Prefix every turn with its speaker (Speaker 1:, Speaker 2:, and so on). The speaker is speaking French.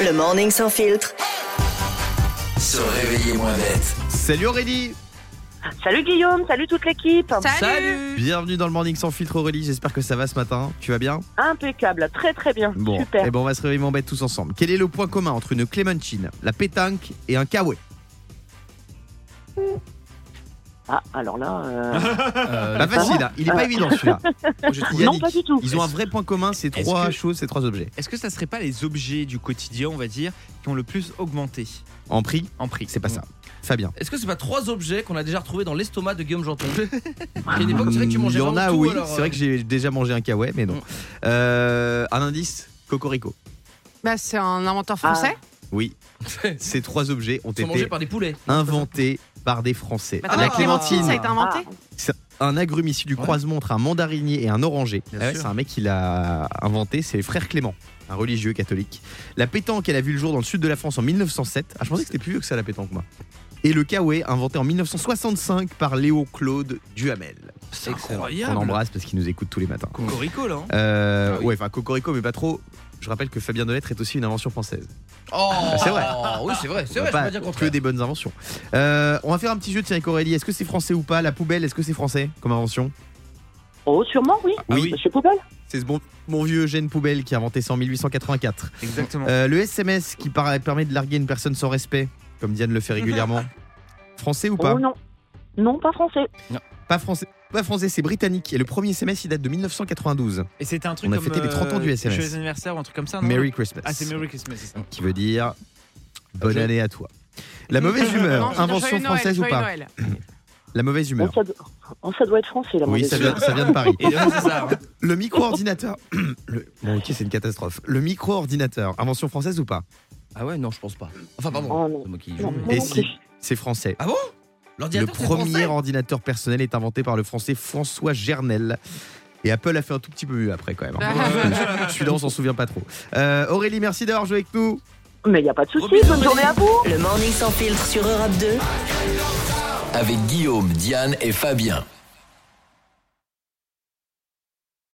Speaker 1: Le morning sans filtre.
Speaker 2: Se réveiller moins bête.
Speaker 3: Salut Aurélie
Speaker 4: Salut Guillaume, salut toute l'équipe.
Speaker 3: Bienvenue dans le Morning sans filtre Aurélie, j'espère que ça va ce matin, tu vas bien
Speaker 4: Impeccable, très très bien.
Speaker 3: Bon, Eh ben-
Speaker 4: Super.
Speaker 3: et bon on va se réveiller en bête tous ensemble. Quel est le point commun entre une clémentine, la pétanque et un kawaii
Speaker 4: Ah, alors là. euh,
Speaker 3: Pas facile, hein. il est pas évident celui-là.
Speaker 4: Ah. non,
Speaker 3: Yannick,
Speaker 4: pas du tout.
Speaker 3: Ils ont un vrai point commun, ces
Speaker 5: Est-ce
Speaker 3: trois
Speaker 5: que-
Speaker 3: choses, ces trois objets.
Speaker 5: Est-ce que ça serait pas les objets du quotidien, on va dire, qui ont le plus augmenté
Speaker 3: En prix,
Speaker 5: en prix
Speaker 3: c'est pas ça. Mm. Fabien.
Speaker 6: Est-ce que c'est pas trois objets qu'on a déjà retrouvés dans l'estomac de Guillaume Janton À une époque, c'est vrai que tu
Speaker 3: Il
Speaker 6: mangeais
Speaker 3: y en
Speaker 6: vraiment
Speaker 3: a,
Speaker 6: tout,
Speaker 3: oui.
Speaker 6: alors, euh,
Speaker 3: C'est vrai que j'ai déjà mangé un kawaii, mais non. Euh, un indice Cocorico.
Speaker 7: Bah, c'est un inventeur
Speaker 4: Ah.
Speaker 7: français.
Speaker 3: Oui. Ces trois objets ont
Speaker 6: Ils sont mangés
Speaker 3: été
Speaker 6: par des poulets.
Speaker 3: inventés par des Français.
Speaker 7: Attends,
Speaker 3: Ah, la
Speaker 7: la clémentine, ça a
Speaker 3: clémentine,
Speaker 7: été inventé.
Speaker 3: un agrume issu du
Speaker 6: Ouais.
Speaker 3: croisement entre un mandarinier et un oranger.
Speaker 5: Bien
Speaker 3: Ah ouais,
Speaker 5: sûr.
Speaker 3: c'est un mec qui l'a inventé, c'est Frère Clément, un religieux catholique. La pétanque, elle a vu le jour dans le sud de la France en 1907. Ah, je pensais que c'était plus vieux que ça, la pétanque, moi. Et le kawaii, inventé en 1965 par Léo Claude Duhamel.
Speaker 6: C'est
Speaker 3: On
Speaker 6: incroyable.
Speaker 3: embrasse parce qu'il nous écoute tous les matins.
Speaker 6: Cocorico là. hein.
Speaker 3: Euh,
Speaker 6: Ah oui.
Speaker 3: Ouais, enfin Cocorico, mais pas trop. Je rappelle que Fabien Delettre est aussi une invention française.
Speaker 6: Oh,
Speaker 3: Ah, c'est vrai.
Speaker 6: Oui, c'est vrai. C'est
Speaker 3: On
Speaker 6: vrai, je peux
Speaker 3: va pas
Speaker 6: pas dire
Speaker 3: que
Speaker 6: contraire.
Speaker 3: des bonnes inventions. Euh, on va faire un petit jeu, tiens, avec Aurélie. Est-ce que c'est français ou pas La poubelle, est-ce que c'est français comme invention
Speaker 4: Oh, sûrement, oui.
Speaker 3: Ah oui.
Speaker 4: Monsieur Poubelle
Speaker 3: C'est ce bon, mon vieux Eugène Poubelle qui a inventé ça en 1884.
Speaker 5: Exactement.
Speaker 3: Euh, le SMS qui para- permet de larguer une personne sans respect, comme Diane le fait
Speaker 5: Mhm.
Speaker 3: régulièrement. français ou pas
Speaker 4: Oh non. Non, pas français. Oh,
Speaker 3: Pas français. Pas français, c'est britannique. Et le premier SMS, il date de 1992.
Speaker 5: Et c'était un truc
Speaker 3: on a
Speaker 5: comme. euh,
Speaker 3: fêté les 30 ans du SMS.
Speaker 5: Joyeux anniversaire ou un truc comme ça, non
Speaker 3: Merry Christmas.
Speaker 5: Ah, c'est Merry Christmas, c'est ça.
Speaker 3: Qui veut dire bonne
Speaker 5: Je-
Speaker 3: année à toi. La mauvaise humeur,
Speaker 7: Non, je-
Speaker 3: Euh, invention
Speaker 7: joyeux Noël,
Speaker 3: française ou
Speaker 7: joyeux
Speaker 3: pas
Speaker 7: Noël.
Speaker 3: La mauvaise humeur.
Speaker 4: Oh, ça, doit- oh, ça doit être français, là. mon
Speaker 3: Oui,
Speaker 4: avis.
Speaker 3: ça vient, ça vient de Paris.
Speaker 5: Et ouais, c'est ça. hein.
Speaker 3: Le micro-ordinateur. Le- Bon, ok, c'est une catastrophe. Le micro-ordinateur, invention française ou pas
Speaker 6: Ah ouais, non, je pense pas. Enfin, pardon.
Speaker 4: Oh non.
Speaker 6: C'est moi qui
Speaker 4: Non,
Speaker 6: joue, mais-
Speaker 4: moi
Speaker 3: Et
Speaker 4: non
Speaker 3: si,
Speaker 4: plus.
Speaker 3: c'est français.
Speaker 6: Ah bon
Speaker 3: Le
Speaker 6: L'ordinateur, c'est
Speaker 3: premier
Speaker 6: français
Speaker 3: ordinateur personnel est inventé par le français François Gernel. Et Apple a fait un tout petit peu mieux après, quand même. hein.
Speaker 6: Bah,
Speaker 3: Parce que Celui-là, on s'en souvient pas trop. Euh, Aurélie, merci d'avoir joué avec nous.
Speaker 4: Mais il n'y a pas de souci.
Speaker 6: Rebelle.
Speaker 4: Bonne journée à vous.
Speaker 1: Le morning sans filtre sur Europe 2.
Speaker 2: Avec Guillaume, Diane et Fabien.